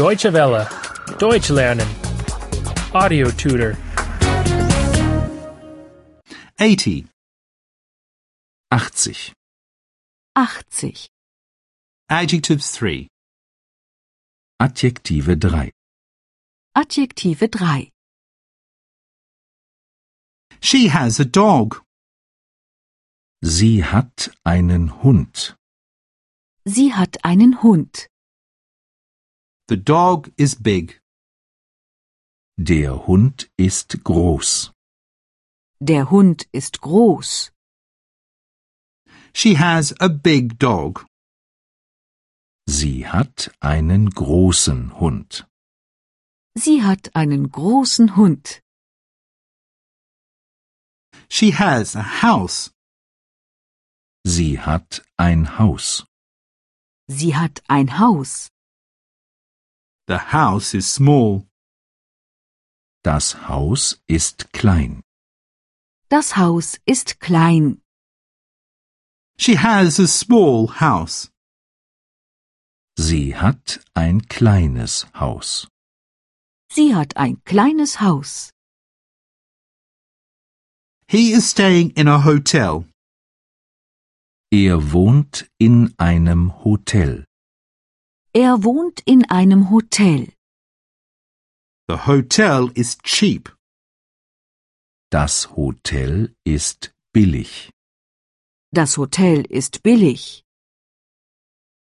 Deutsche Welle. Deutsch lernen. Audio tutor. 80. 80. 80. Adjectives 3. Adjektive 3. Adjektive 3. She has a dog. Sie hat einen Hund. Sie hat einen Hund. The dog is big. Der Hund ist groß. Der Hund ist groß. She has a big dog. Sie hat einen großen Hund. Sie hat einen großen Hund. She has a house. Sie hat ein Haus. Sie hat ein Haus. The house is small. Das Haus ist klein. Das Haus ist klein. She has a small house. Sie hat ein kleines Haus. Sie hat ein kleines Haus. He is staying in a hotel. Er wohnt in einem Hotel. Er wohnt in einem Hotel. The hotel is cheap. Das Hotel ist billig. Das Hotel ist billig.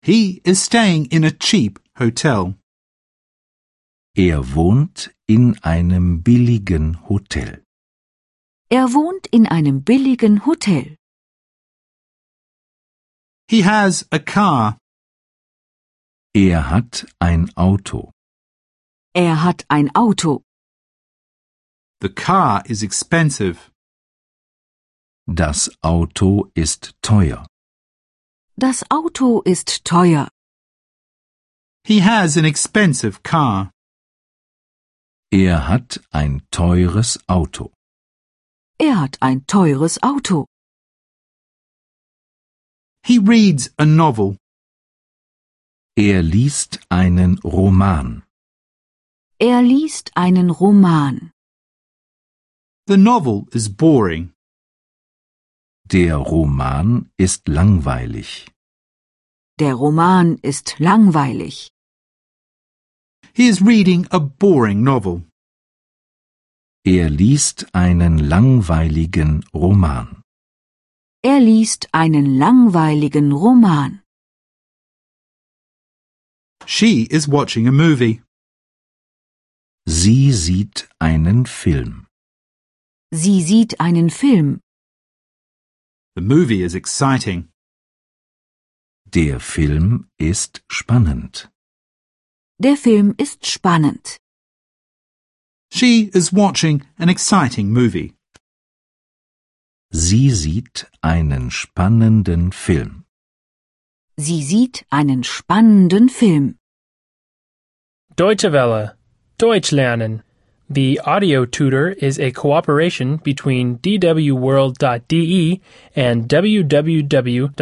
He is staying in a cheap hotel. Er wohnt in einem billigen Hotel. Er wohnt in einem billigen Hotel. He has a car. Er hat ein Auto. Er hat ein Auto. The car is expensive. Das Auto ist teuer. Das Auto ist teuer. He has an expensive car. Er hat ein teures Auto. Er hat ein teures Auto. He reads a novel. Er liest einen Roman. Er liest einen Roman. The novel is boring. Der Roman ist langweilig. Der Roman ist langweilig. He is reading a boring novel. Er liest einen langweiligen Roman. Er liest einen langweiligen Roman. She is watching a movie. Sie sieht einen Film. Sie sieht einen Film. The movie is exciting. Der Film ist spannend. Der Film ist spannend. She is watching an exciting movie. Sie sieht einen spannenden Film. Sie sieht einen spannenden Film. Deutsche Welle. Deutsch lernen. The audio tutor is a cooperation between E dwworld.de and www.book2.de.